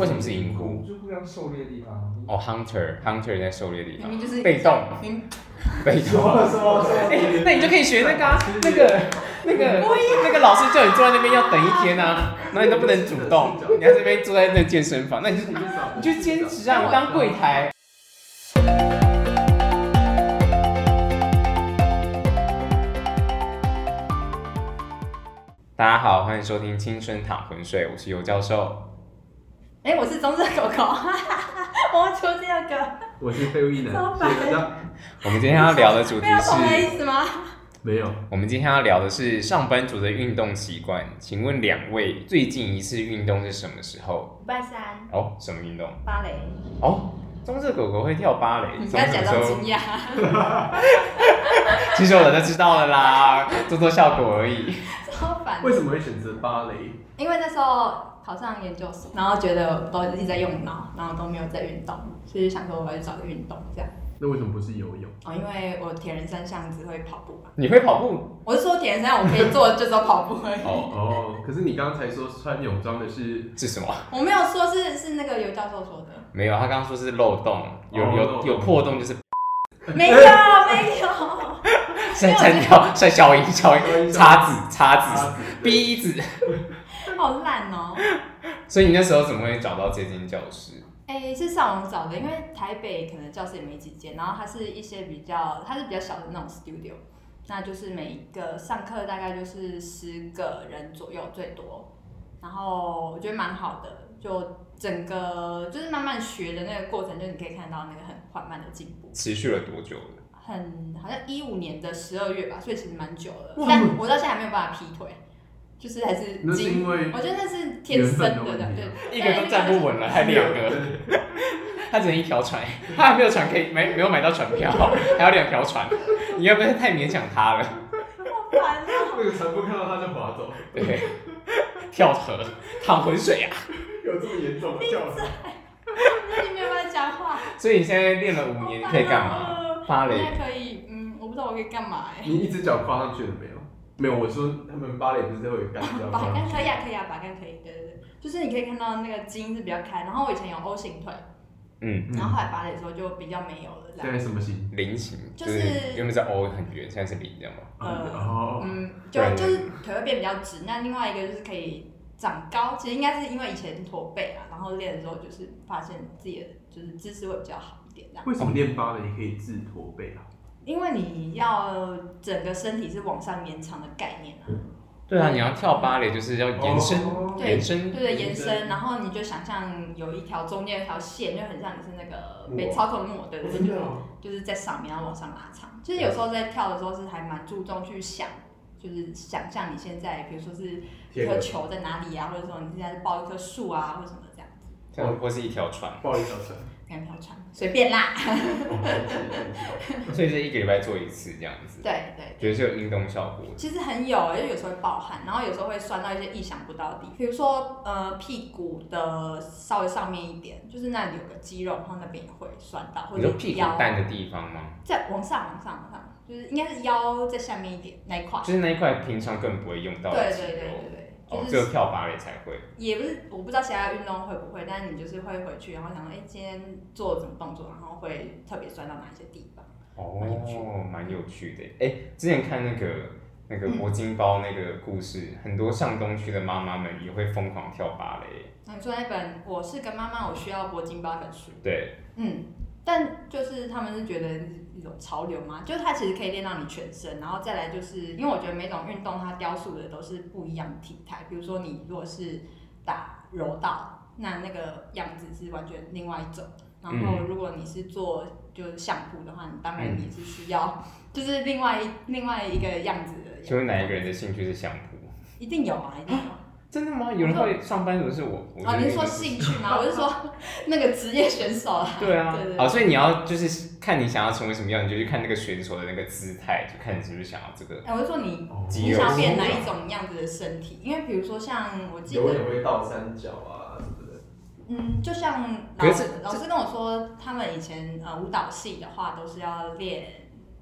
为什么是银狐？就互相狩猎的地方。哦，hunter hunter 在狩猎的地明方，明就是被动明被什动。么什么什哎、么？ 那你就可以学那个、 啊、那个那个那个老师叫你坐在那边要等一天 啊，然后你都不能主动，你还在那边坐在那健身房，那 你就你就兼职啊，你当柜台。大家好，欢迎收听《青春躺浑睡》，我是尤教授。哎、我是棕色狗 狗，哈哈哈我出这个，我是废物异超能，烦谢谢大家。我们今天要聊的主题没有懂的是，意思吗？没有，我们今天要聊的是上班族的运动习惯。请问两位最近一次运动是什么时候？礼拜三哦，什么运动？芭蕾，哦，棕色狗狗会跳芭蕾。你不从嗯要什假么装时候？惊讶，其实我都知道了啦，做做效果而已。超烦。为什么会选择芭蕾？因为那时候考上研究所，然后觉得都一直在用脑，然后都没有在运动，所以就想说我要去找个运动这样。那为什么不是游泳？哦，因为我铁人三项只会跑步嘛，你会跑步？我是说铁人三项我可以做，就只有跑步而已。哦，哦，可是你刚才说穿泳装的是是什么？我没有说是是那个尤教授说 的，没有，他刚刚说是漏洞，有哦漏有洞有破洞就是没有没有，删删掉，删消音消 音，叉子叉子叉子， 逼子。好烂哦。所以你那时候怎么会找到这间教室？哎、是上网找的，因为台北可能教室也没几间，然后它是一些比较，它是比较小的那种 studio，那就是每一个上课大概就是十个人左右最多，然后我觉得蛮好的，就整个就是慢慢学的那个过程，就你可以看到那个很缓慢的进步，持续了多久了？很好像一五年的十二月吧，所以其实蛮久了，哇但我到现在还没有办法劈腿，就是还是那是经因为我觉得那是天缘生的，分的问题对啊，一个都站不稳了，还两个，他只能一条船，他还没有船可以买，没有买到船票， 还有两条船，你要不要太勉强他了？好烦哦、那个船夫看到他就划走，对，跳河淌浑水啊！有这么严重吗？叫我那你没有办法讲话。所以你现在练了五年，你可以干嘛？嘛芭蕾现在可以，嗯，我不知道我可以干嘛哎、你一只脚跨上去了没有？没有，我说他们芭蕾不是都会有干这样把吗？杆可以啊，可以啊，把杆可以，对对对，就是你可以看到那个筋是比较开，然后我以前有 O 型腿，嗯，然后嗯，后来芭蕾的时候就比较没有了，这现样，在什么型？菱形，就就是是原本是 O 很圆，现在是菱，这样吗？呃哦，嗯，就对就是腿会变比较直，那另外一个就是可以长高，其实应该是因为以前驼背啊，然后练的时候就是发现自己的就是姿势会比较好一点这样，为什么练芭蕾可以治驼背啊？因为你要整个身体是往上延长的概念啊，对啊，你要跳芭蕾就是要延伸，哦对延伸对对，延延伸伸，然后你就想象有一条中间有一条线，就很像你是那个抹被操控的抹，对对对，真就的是哦，就是在上面，然后往上拉长。就是有时候在跳的时候是还蛮注重去想，就是想象你现在，比如说是一天颗哪，球在哪里啊，或者说你现在是抱一棵树啊，或者什么这样子，这样或是一条船，抱一条船，感觉比较长，随便啦。所以是一个礼拜做一次这样子，对对。觉得是有运动效果。其实很有、欸，就有时候会暴汗，然后有时候会酸到一些意想不到的地方，比如说呃屁股的稍微上面一点，就是那里有个肌肉，然后那边也会酸到，或你者说是屁股腰啊蛋的地方吗？再往上，往上，往上，就是应该是腰在下面一点那一块。就是那一块平常更不会用到对的对肌对肉，对对，哦，就只有是跳芭蕾才会。也不是我不知道其他运动会不会，但是你就是会回去，然后想说，哎、今天做了什么动作，然后会特别酸到哪一些地方。蛮有趣哦，蛮有趣的。哎、之前看那个那个嗯铂金包那个故事，很多上东区的妈妈们也会疯狂跳芭蕾。那你说那本《我是个妈妈，我需要铂金包》本书，对，嗯，但就是他们是觉得是一种潮流嘛，就是它其实可以练到你全身，然后再来就是因为我觉得每种运动它雕塑的都是不一样的体态，比如说你如果是打柔道，那那个样子是完全另外一种。然后嗯如果你是做就是相扑的话，你当然你是需要 就是另外一另外一个样子的。请问哪一个人的兴趣是相扑？一定有啊，一定有啊。真的吗？有人会上班族是我？我觉哦，得你是那说个兴趣吗？我是说那个职业选手啊。对啊对对，对好，所以你要就是看你想要成为什么样，你就去看那个选手的那个姿态，就看你是不是想要这个。哎，我是说你哦肌你肉啊想要变哪一种样子的身体？因为比如说像我记有也得，会倒三角啊什么的。嗯，就像老可是师老师跟我说，他们以前呃舞蹈系的话都是要练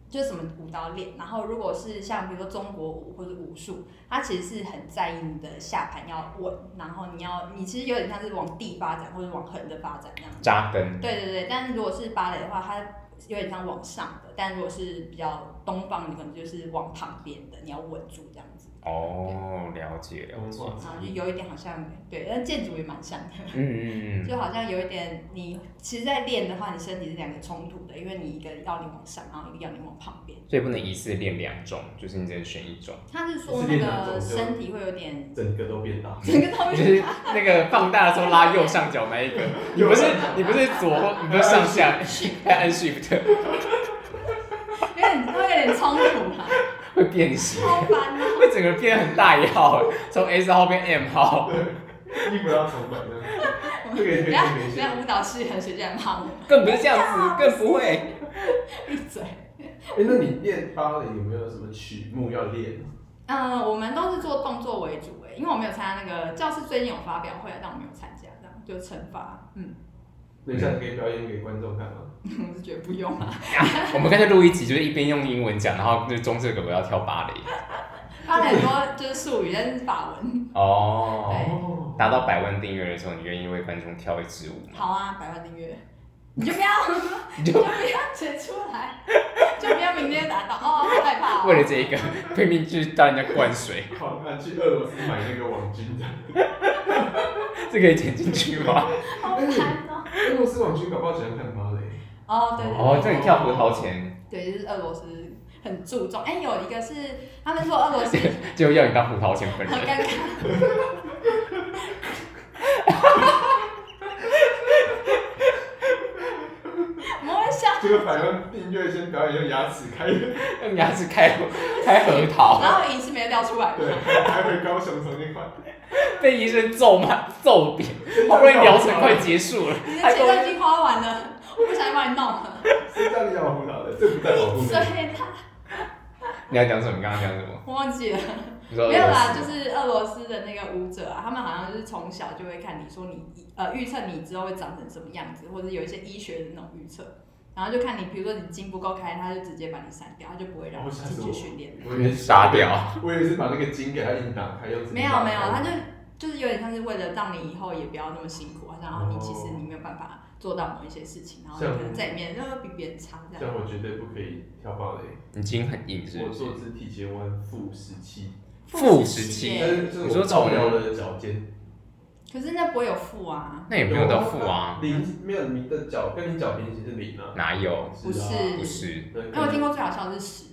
就是什么舞蹈练，然后如果是像比如说中国舞或者武术，它其实是很在意你的下盘要稳，然后你要你其实有点像是往地发展或者往横着发展那样子。扎根，对对对，但是如果是芭蕾的话，它有点像往上的，但如果是比较东方，你可能就是往旁边的，你要稳住这样子。哦，了解了解，然后就有一点好像对，但建筑也蛮像的。嗯嗯嗯，就好像有一点，你其实，在练的话，你身体是两个冲突的，因为你一个要你往上，然后一个要你往旁边。所以不能一次练两种，就是你只能选一种，他是说那个身体会有点 整个都变大，整个都就会是那个放大的时候拉右上角那一个，你不是你不是左，你不是上下，还按 shift 有点会有点冲突 啦，会变形，超烦啊的。会整个变很大一号，从 S 号变 M 号，衣服要重买的，这个也可人以家没人事家舞蹈系很学姐骂我更不是这样子，更不会。闭嘴。哎、那你练芭蕾有没有什么曲目要练？嗯，我们都是做动作为主欸诶、因为我没有参加那个教室最近有发表会，但我没有参加，这样就惩罚。嗯， 那你下次可以表演给观众看吗？我是觉得不 用啊。我们干脆录一集，就是一边用英文讲，然后就是中这个我要跳芭蕾。发了很多就是术语，但是法文。哦，哦，达到百万订阅的时候，你愿意为观众跳一支舞吗？好啊，百万订阅，你就不要，你你就就不要剪出来，就不要明天打到哦，好害怕、哦。为了这一个拼命去当人家灌水，好，那去俄罗斯买那个网军的，这可以剪进去吗？好烦哦。俄罗斯网军搞不好喜欢看芭蕾。哦，对对对哦，这你跳葡萄前对，就是俄罗斯很注重。哎、有一个是他们说俄罗斯很就要你当葡萄前本人，尴尬，我们会笑。这个百万订阅先表演用牙齿开，对，用牙齿开开核桃，然后影视没有掉出来，开回高雄重新换。被医生揍骂揍扁，好不容易疗程快结束了，你的还钱跟都已我经花完了，我不想把你弄了。是这样要护到的，这不在保护内。对，他你要讲什么？你刚刚讲什么？我忘记了，你说没有俄罗啦，斯就是俄罗斯的那个舞者啊，他们好像就是从小就会看你说你呃预测你之后会长成什么样子，或者有一些医学的那种预测，然后就看你，比如说你筋不够开，他就直接把你删掉，他就不会让你哦吓继死续我训练。我以为是傻掉，我以为是把那个筋给它硬打开，用自己没有没有，打他开就就是有点像是为了让你以后也不要那么辛苦，然后你其实你没有办法做到某一些事情，然后你可能在里面就会比别人差这这样样。我绝对不可以跳芭蕾。你筋很硬是我不是？坐姿体前弯负十七，负十十七七但耶，是你说我从到不了我的脚尖，可是那不会有负啊，那也没有到负啊，零没有你的脚跟你脚平行是零啊，哪有？不是啊不是，对哎因为我听过最好笑的是十，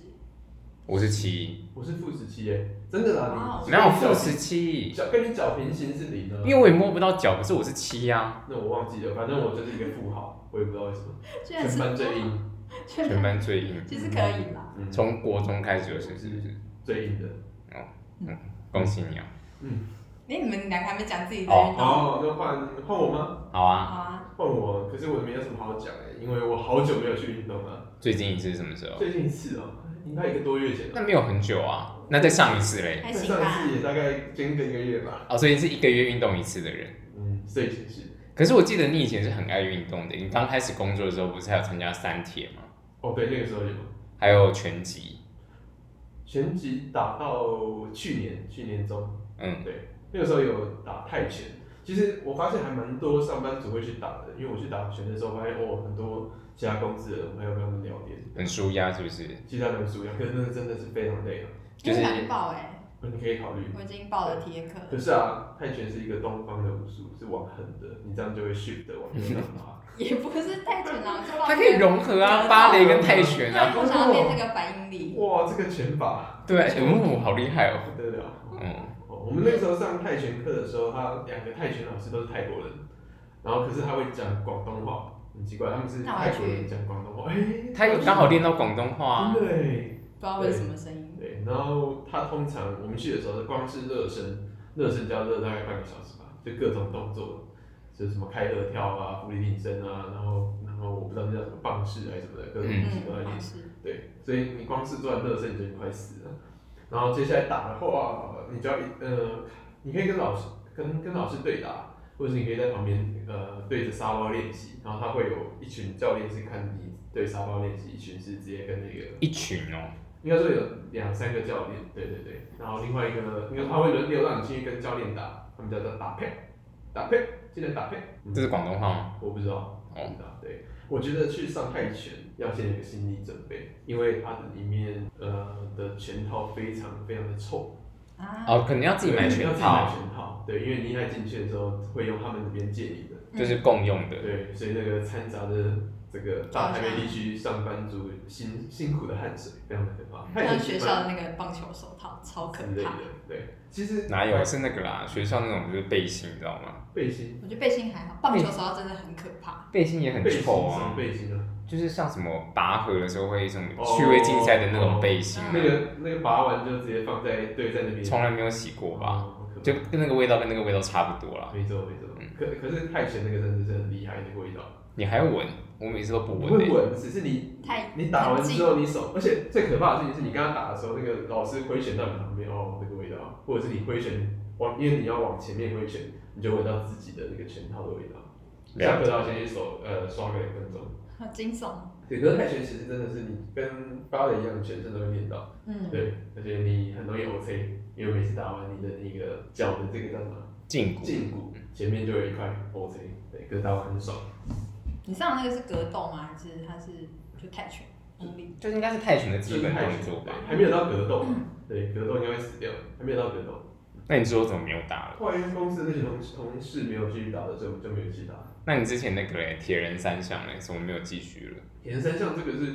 我是七，我是负十七耶，真的哦啦，你哪有负十七？嗯脚跟你脚平行是零啊因为，我也摸不到脚，可是我是七啊呀、那我忘记了，反正我就是一个富豪，我也不知道为什么，居然全啊是班最硬，居然全班最硬。 其实可以啦。嗯，从国中开始就是是不是？最硬的，恭喜你啊！嗯，哎，你们两个还没讲自己的哦运动。好，那换换我吗？好好啊，啊，换我，可是我没有什么好讲哎、因为我好久没有去运动了。最近一次是什么时候？最近一次哦、应该一个多月前了。那没有很久啊，那再上一次嘞？还但行上吧一。次也大概间隔一个月吧。哦，所以你是一个月运动一次的人。嗯，所以其实可是我记得你以前是很爱运动的，你刚开始工作的时候不是还有参加三铁吗？哦，对，那个时候有还有拳击，拳击打到去年，去年中，嗯，那个时候有打泰拳。其实我发现还蛮多上班族会去打的，因为我去打拳的时候发现哦，很多其他公司的人我还有跟他们聊天，很舒压是不是？其实还蛮舒压，可是那真的是非常累啊。哦因就是嗯为我想去报哎，你可以考虑，我已经报了体验课了可。是啊，泰拳是一个东方的武术，是往横的，你这样就会 shift 的往右上爬。 也不是泰拳啊，我做到它可以融合啊，芭蕾跟泰拳啊。因为我想要练那个反应力。哇，这个拳法对，嗯，好厉害哦。不得了！嗯，哦，我们那时候上泰拳课的时候，他两个泰拳老师都是泰国人，然后可是他会讲广东话，很奇怪，他们是那我要泰去国人讲广东话，哎、他有刚好练到广东话啊、真的哎不知道为什么声音，对，然后他通常我们去的时候，光是热身，热身就要热大概半个小时吧，就各种动作，就是什么开合跳啊、浮力挺身啊，然后然后我不知道那叫什么棒式还是什么的，各种东西嗯都在，练好。是，对，所以你光是做完热身你就已经快死了。然后接下来打的话，你就要一呃，你可以跟老师跟跟老师对打，或者是你可以在旁边呃对着沙包练习，然后他会有一群教练是看你对沙包练习，一群是直接跟那个一群哦，应该说有两三个教练，对对对，然后另外一个应该他会轮流让你进去跟教练打，他们叫做打配，打配，进来打配，嗯这是广东话吗？我不知道，我不知哦道。对，我觉得去上泰拳要先有一个心理准备，因为它的里面呃的拳套非常非常的臭，啊，哦，可能要自己买对你要全自己买套，拳套，对，因为你一进去的时候会用他们那边借你的，嗯就是共用的。对，所以那个掺杂着这个大台北地区上班族辛辛苦的汗水，非常的可怕，泰像拳学校的那个棒球手套，超可之类的怕。，对，其实哪有是那个啦？学校那种就是背心，你知道吗？背心，我觉得背心还好，棒球手套真的很可怕。背心也很背心臭什么啊，背心啊？就是像什么拔河的时候会一种哦趣味竞赛的那种背心啊，那个那个拔完就直接放在堆在那边，从来没有洗过吧？哦？好可怕就跟那个味道跟那个味道差不多啦。没错没错，嗯可可是泰拳那个真的是很厉害的味道，你还闻？我每次都不不闻会欸。闻，只是你太你打完之后你手，而且最可怕的事情是你刚刚打的时候，那个老师挥拳到你旁边，哦，那个味道，或者是你挥拳往，因为你要往前面挥拳，你就闻到自己的那个拳套的味道。下了课解到先去手呃刷个两分钟。很惊悚。对，可是泰拳其实真的是你跟芭蕾一样，全身都会练到。嗯，对，而且你很容易 OK，因为每次打完你的那个脚的这个叫什么胫骨胫骨前面就有一块 OK，对，可是打完很爽。你上的那个是格斗吗？还是它是就泰拳？Only 嗯就是应该是泰拳的基本动作吧对？还没有到格斗嗯嘛，对，格斗应该会死掉，还没有到格斗。那你之后怎么没有打了？后来因为公司那些同同事没有继续打的，所以我们就没有继续打。那你之前那个嘞，铁人三项嘞，怎么没有继续了？田三项这个是，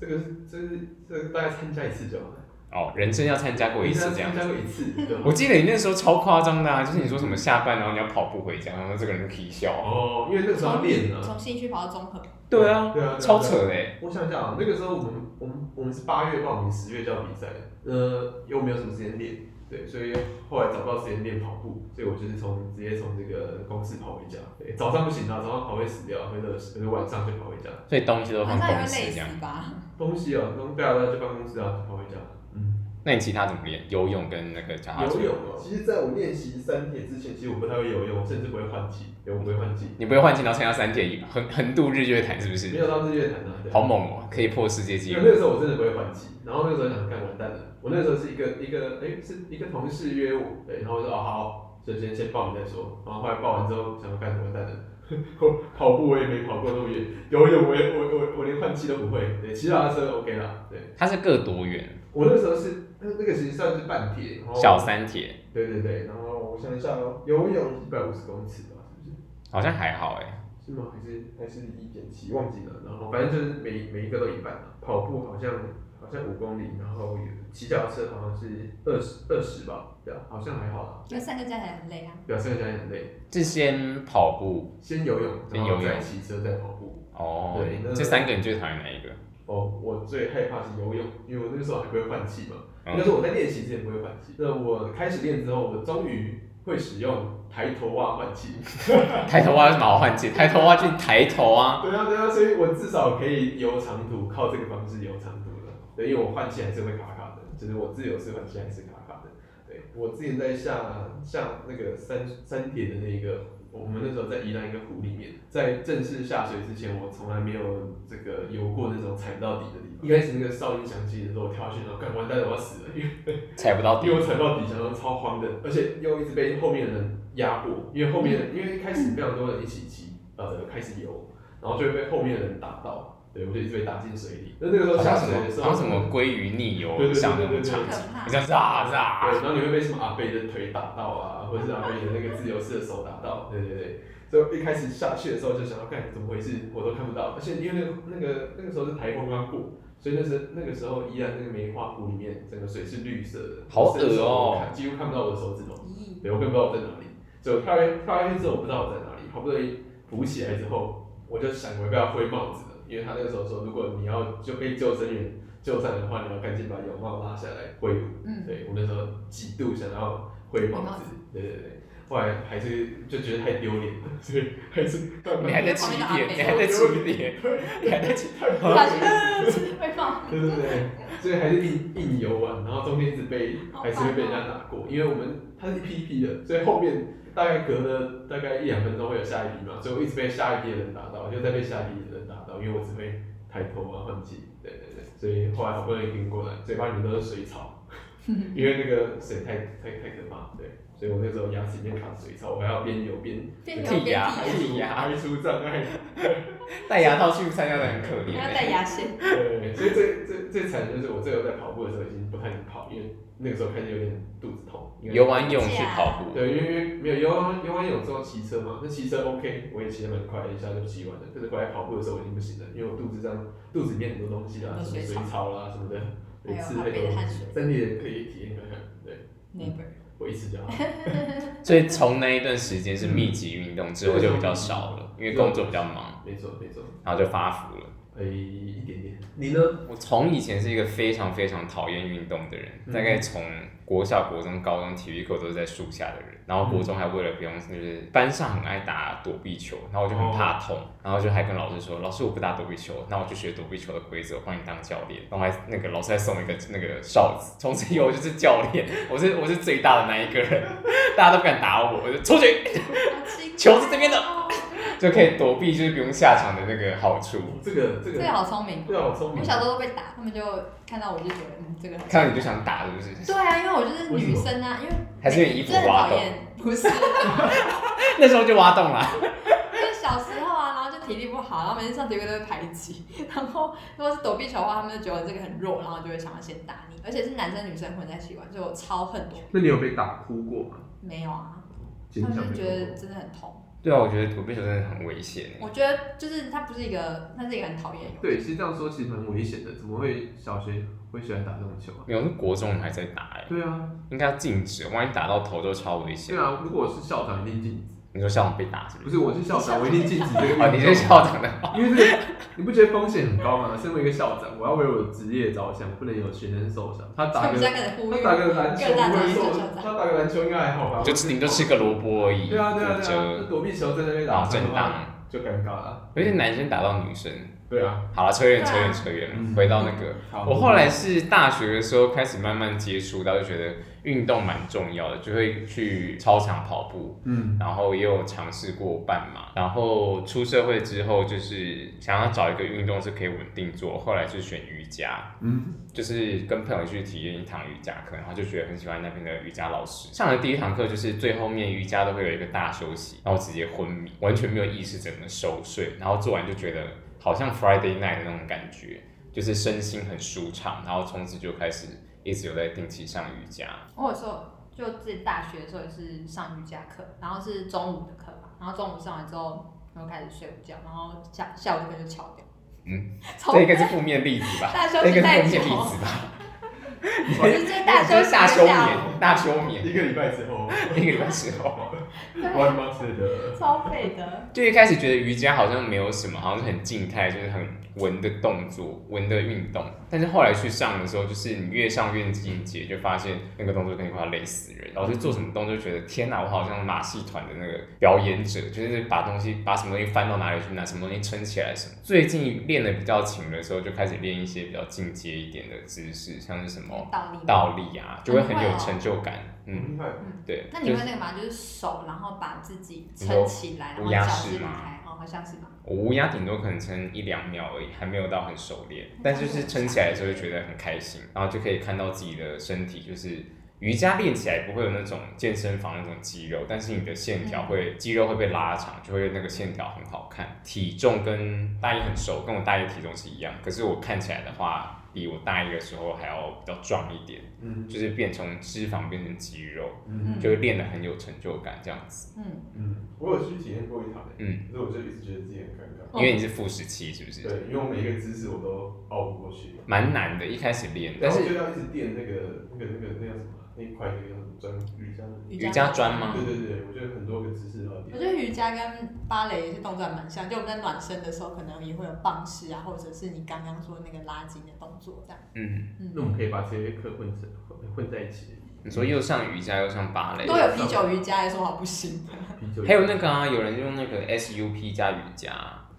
这个是，这是，这个大概参加一次就好了。哦，人生要参加过一次这样参子。加过一次，对吧我记得你那时候超夸张的啊，就是你说什么下班然后你要跑步回家，然后这个人就皮笑啊。哦，因为那个时候要练嗯啊。从兴趣跑到综合，对啊，对啊，对啊超扯嘞。我想想啊，那个时候我们我们我们是八月报名，十月就要比赛了，呃，又没有什么时间练，对，所以后来找不到时间练跑步，所以我就是从直接从这个公司跑回家，对，早上不行啊，早上跑会死掉，会热死，所以晚上就跑回家。所以东西都晚放上也公会司累这样。死吧？东西啊，东对啊，对啊就办公室啊，就跑回家。嗯，那你其他怎么练？游泳跟那个脚踏车游？泳啊，其实在我练习三铁之前，其实我不太会游泳，甚至不会换气，对，我不会换气，你不会换气，然后参加三铁一横横渡日月潭是不没是？有到日月潭啊，对。好猛哦、可以破世界纪因录为。那个时候我真的不会换气，然后那个时候想干完蛋了。我那时候是一个一个哎、是一个同事约我，对，然后我说哦好，就先先报名再说。然后后来报完之后想要干什么蛋了， 我跑步我也没跑过那么远，游泳我也我我我连换气都不会，对，骑脚踏车 OK 啦，对它是各多远？我那时候是那那个其实算是半铁，然后小三铁对对对，然后我想一下哦，游泳一百五十公尺吧，是不是？好像还好哎、是吗？还是还是一点七？忘记了。然后反正就是每每一个都一半啊跑步好像好像五公里，然后有骑脚踏车好像是二十二十吧，对啊，好像还好啦。那三个加起来很累啊。对啊，剩下很累，是先跑步先游泳，先然游泳后再骑车，再跑步。哦对。那这三个你最讨厌哪一个？哦，我最害怕是游泳，因为我那时候还不会换气嘛。嗯应该说我在练习之前不会换气，那我开始练之后，我终于会使用抬头蛙换气。抬头蛙有什么好换气？抬头蛙就抬头啊。对啊，对啊，所以我至少可以游长途，靠这个方式游长途了。对，因为我换气还是会卡卡的，就是我自由式换气还是卡卡的。对我之前在下下那个三三铁的那个，我们那时候在宜兰一个湖里面，在正式下水之前，我从来没有这个游过那种踩不到底的地方。一开始那个哨音响起的时候，我跳下去，然后干完蛋了，我要死了，因为踩不到因为底。我踩到底，然后超慌的，而且又一直被后面的人压迫，因为后面因为一开始非常多人一起骑，呃，开始游，然后就会被后面的人打到，对我就一直被打进水里。那那个时候好下像什水的时么，候，好像什么鲑鱼逆对游对对像那种对对对场很景，可怕你。像啊对，啊，然后你会被什么阿贝的腿打到啊，或者是阿贝的那个自由式的手打到，对对对。所以一开始下去的时候就想要看怎么回事，我都看不到，而且因为那个那个那个时候是台风刚过，所以那时那个时候依然那个梅花湖里面整个水是绿色的，好伸手恶哦看几乎看不到我的手指头。咦，对，我根本不知道我在哪里，所以我跳下跳下去之后，我不知道我在哪里。好不容易浮起来之后，我就想我要不要挥帽子了，因为他那个时候说，如果你要就被救生员救上来的话，你要赶紧把泳帽拉下来挥舞。嗯，对我那时候几度想要挥帽挥帽子，对对对，后来还是就觉得太丢脸了，所以还是断你了。还在起点，你还在起点， 你还在起 不小心会放。对对对，所以还是硬硬游玩，然后中间一直被好还是会被人家打过，因为我们它是一批一批的，所以后面大概隔了大概一两分钟会有下一批嘛，所以我一直被下一批的人打到，又再被下一批的人打到，因为我只会抬头啊换气，对对对，所以后来好不容易晕过来，嘴巴里面都是水草，因为那个水太太太可怕，对，所以我那时候牙齿里面卡水草，我还要边游边边剔有边牙排剔除排除障碍，戴牙套去参加的很可怜、要欸。戴牙线，对，所以这这这惨的就是我最后在跑步的时候已经不太能跑，因为那个时候开始有点肚子痛，啊因为游完泳去跑步，对，因为因为没有游完游完泳之后骑车嘛，那骑车 OK，我也骑得蛮快，一下就骑完了。可是回来跑步的时候我已经不行了，因为我肚子上肚子里面很多东西啊，很什多么水水草草啦什么的，还每有次他那背的种汗水身体人可以体验看看。对， ，neighbor，我一次就好。所以从那一段时间是密集运动之后就比较少了，因为工作比较忙，没错没错，然后就发福了。哎，一点点。你呢？我从以前是一个非常非常讨厌运动的人，嗯大概从国小、国中、高中体育课都是在树下的人，然后国中还为了不用，就是班上很爱打躲避球，然后我就很怕痛，然后就还跟老师说，老师我不打躲避球，那我就学躲避球的规则，我帮你当教练，然后还那个老师还送我一个那个哨子，从此以后我就是教练，我是我是最大的那一个人， 大家都不敢打我，我就出去球是这边的哦就可以躲避，就是不用下场的那个好处。 这个这个这个好聪明。对啊，我聪明。我小时候都被打，他们就看到我就觉得，嗯，这个很看到你就想打，是不是？对啊，因为我就是女生 啊，因为还是因为衣服真的挖讨洞？厌，不是，那时候就挖洞啦。就是小时候啊，然后就体力不好，然后每次上体育课都会排挤，然后如果是躲避球的话，他们就觉得这个很弱，然后就会想要先打你，而且是男生女生混在一起玩，所以我超恨躲。那你有被打哭过吗？没有啊，经他常们就被觉打得哭真的很痛。对啊，我觉得躲避球真的很危险。欸我觉得就是它不是一个，它是一个很讨厌的游戏。对，其实这样说其实蛮危险的，怎么会小学会喜欢打这种球啊？没有，是国中还在打哎、对啊，应该要禁止，哦万一打到头就超危险。对啊，如果我是校长一定禁止。你说校长被打是不不是？是，我是校长，我一定禁止这个运动。啊哦，你是校长的，因为这个，你不觉得风险很高吗？身为一个校长，我要为我的职业着想，不能有学生受伤。他 打我个们现在开始呼他吁打个篮球各不大专会院受校校，长，他打个篮球应该还好吧？就吃你就吃个萝卜而已，对啊对啊骨对啊，那折躲避球在那边然打后震荡，就尴尬了。有些男生打到女生。对啊，好了，扯远对啊扯远扯远了，嗯回到那个。好我后来是大学的时候开始慢慢接触到，就觉得运动蛮重要的，就会去操场跑步，嗯然后也有尝试过半马，然后出社会之后就是想要找一个运动是可以稳定做，后来就选瑜伽，嗯，就是跟朋友去体验一堂瑜伽课，然后就觉得很喜欢那边的瑜伽老师。上了第一堂课就是最后面瑜伽都会有一个大休息，然后直接昏迷，完全没有意识，整个熟睡，然后做完就觉得好像 Friday night 的那种感觉，就是身心很舒畅，然后从此就开始一直有在定期上瑜伽。我有时候就自己大学的时候也是上瑜伽课，然后是中午的课吧，然后中午上完之后，然后开始睡午觉，然后下下午就跟就翘掉。 嗯，从这应该是负面例子吧？大这休应息该太是负久面，例子吧？就是最大休息大的休下午，眠，大休眠，一个礼拜之后，一个礼拜之后，我他妈吃的，超废的。就一开始觉得瑜伽好像没有什么，好像是很静态，就是很文的动作，文的运动。但是后来去上的时候，就是你越上越进阶，就发现那个动作肯定快要累死人。老师做什么动作，就觉得天哪，我好像马戏团的那个表演者，就是把东西把什么东西翻到哪里去，拿什么东西撑起来什么。最近练的比较勤的时候，就开始练一些比较进阶一点的姿势，像是什么倒立。倒立啊，就会很有成就感。嗯，很厉害。对。哦那就你是会那个嘛，就是手，然后把自己你说撑起来，然乌后鸦脚式是离吗开，哦，好像是吧？我乌鸦顶多可能撑一两秒而已，还没有到很熟练，但就是撑起来的时候就觉得很开心，然后就可以看到自己的身体，就是瑜伽练起来不会有那种健身房那种肌肉，但是你的线条会、肌肉会被拉长，就会那个线条很好看。体重跟大一很熟，跟我大一体重是一样，可是我看起来的话，比我大一的时候还要比较壮一点，嗯就是变从脂肪变成肌肉，嗯就会练得很有成就感这样子。嗯，嗯，我有去体验过一堂，欸嗯，可是我就一直觉得自己很尴尬。因为你是负十七，是不是？对，因为我每一个姿势我都熬不过去。蛮难的，一开始练，但但是是就要一直垫那个那个那个那叫什么那一块那个叫什么专瑜伽的。瑜伽砖啊吗对对对，我觉得很多个姿势都哦要垫。我觉得瑜伽跟芭蕾也是动作还蛮像，就我们在暖身的时候，可能也会有棒式啊，或者是你刚刚说那个拉筋的动作这样。嗯。那我嗯，们可以把这些课混成混混在一起，你说又上瑜伽又上芭蕾，都有啤酒瑜伽，有什么好不行的？啤酒。还有那个啊，有人用那个 SUP 加瑜伽，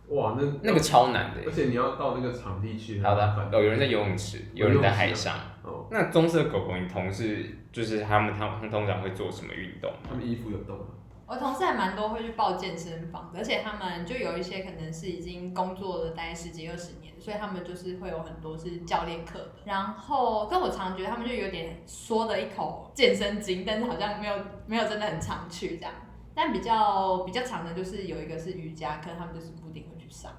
哇，那那个超难的欸。而且你要到那个场地去，好麻的烦，哦，有人在游泳池，啊有人在海上。哦，那棕色狗狗，你同事就是他们，他们通常会做什么运动？他们衣服有洞吗？啊我同事还蛮多会去报健身房的，而且他们就有一些可能是已经工作了大概十几二十年，所以他们就是会有很多是教练课的。然后，但我常觉得他们就有点说了一口健身经，但是好像没有没有真的很常去这样。但比较比较常的就是有一个是瑜伽课，他们就是固定会去上。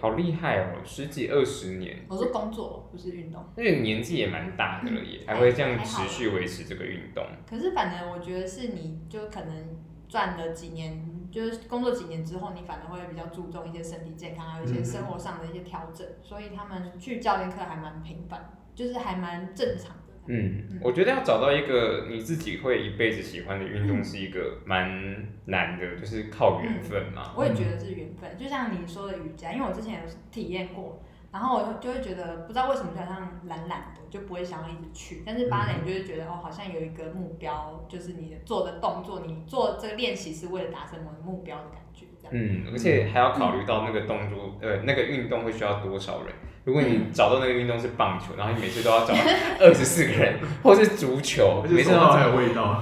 好厉害哦，十几二十年，我说工作不是运动，那个年纪也蛮大的了耶，还会这样持续维持这个运动。可是反正我觉得是你就可能赚了几年，就是工作几年之后，你反而会比较注重一些身体健康，还有一些生活上的一些调整，所以他们去教练课还蛮频繁，就是还蛮正常的。嗯，我觉得要找到一个你自己会一辈子喜欢的运动是一个蛮难的，就是靠缘分嘛。我也觉得是缘分，就像你说的瑜伽，因为我之前有体验过，然后我就会觉得不知道为什么就好像懒懒的，就不会想要一直去。但是芭蕾你就会觉得、哦，好像有一个目标，就是你的做的动作，你做这个练习是为了达成某个目标的感觉，这样。嗯，而且还要考虑到那个动作，呃，那个运动会需要多少人。如果你找到那个运动是棒球，然后你每次都 要找二十四个人，或是足球，每次都要还找。有味道。啊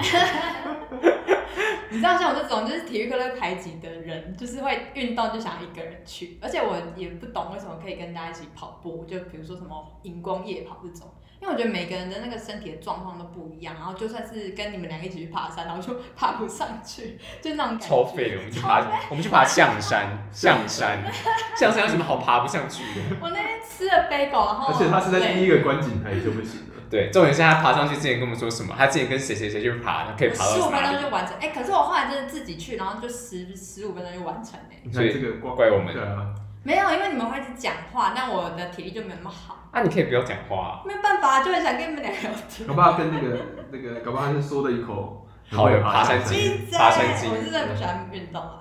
你知道像我这种就是体育课被排挤的人，就是会运动就想一个人去，而且我也不懂为什么可以跟大家一起跑步，就比如说什么荧光夜跑这种，因为我觉得每个人的那个身体的状况都不一样，然后就算是跟你们两个一起去爬山，然后就爬不上去，就那种感觉。超废的，我们去爬，我们去爬象山，象山， 象山有什么好爬不上去 的？我那天吃了 bagel，然后而且他是在第对一个观景台就不行了，对，重点是他爬上去之前跟我们说什么？他之前跟谁谁谁去爬，他可以爬十到五分哪钟里？就完成，哎、可是我后来真的自己去，然后就十十五分钟就完成哎、你所看以这个光怪我们对啊，没有，因为你们会一直讲话，但我的体力就没有那么好，啊，你可以不要讲 话、没有办法，就很想跟你们俩聊天。搞不好跟那个那个，搞不好他是说了一口好有爬山经。经闭嘴！爬山经我是真的不喜欢运动啊，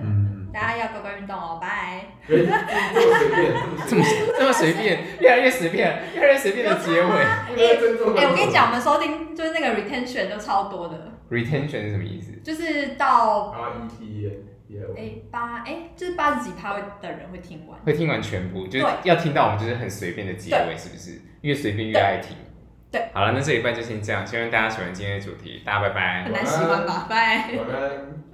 嗯， 大家要乖乖运动哦，拜。这么随便，这么啊，这么随便这么随便，越来越随便，越来越随便的结 尾。不要尊重哎、我跟你讲，我们收听就是那个 retention 都超多的， Retention 是什么意思？就是到，R E T E L，哎八哎，就是八十几趴的人会听完。会听完全部，就是对要听到我们就是很随便的结尾，是不是？越随便越爱听。对，好了，那这一半就先这样，希望大家喜欢今天的主题，大家拜拜很。难喜欢吧？拜。晚安。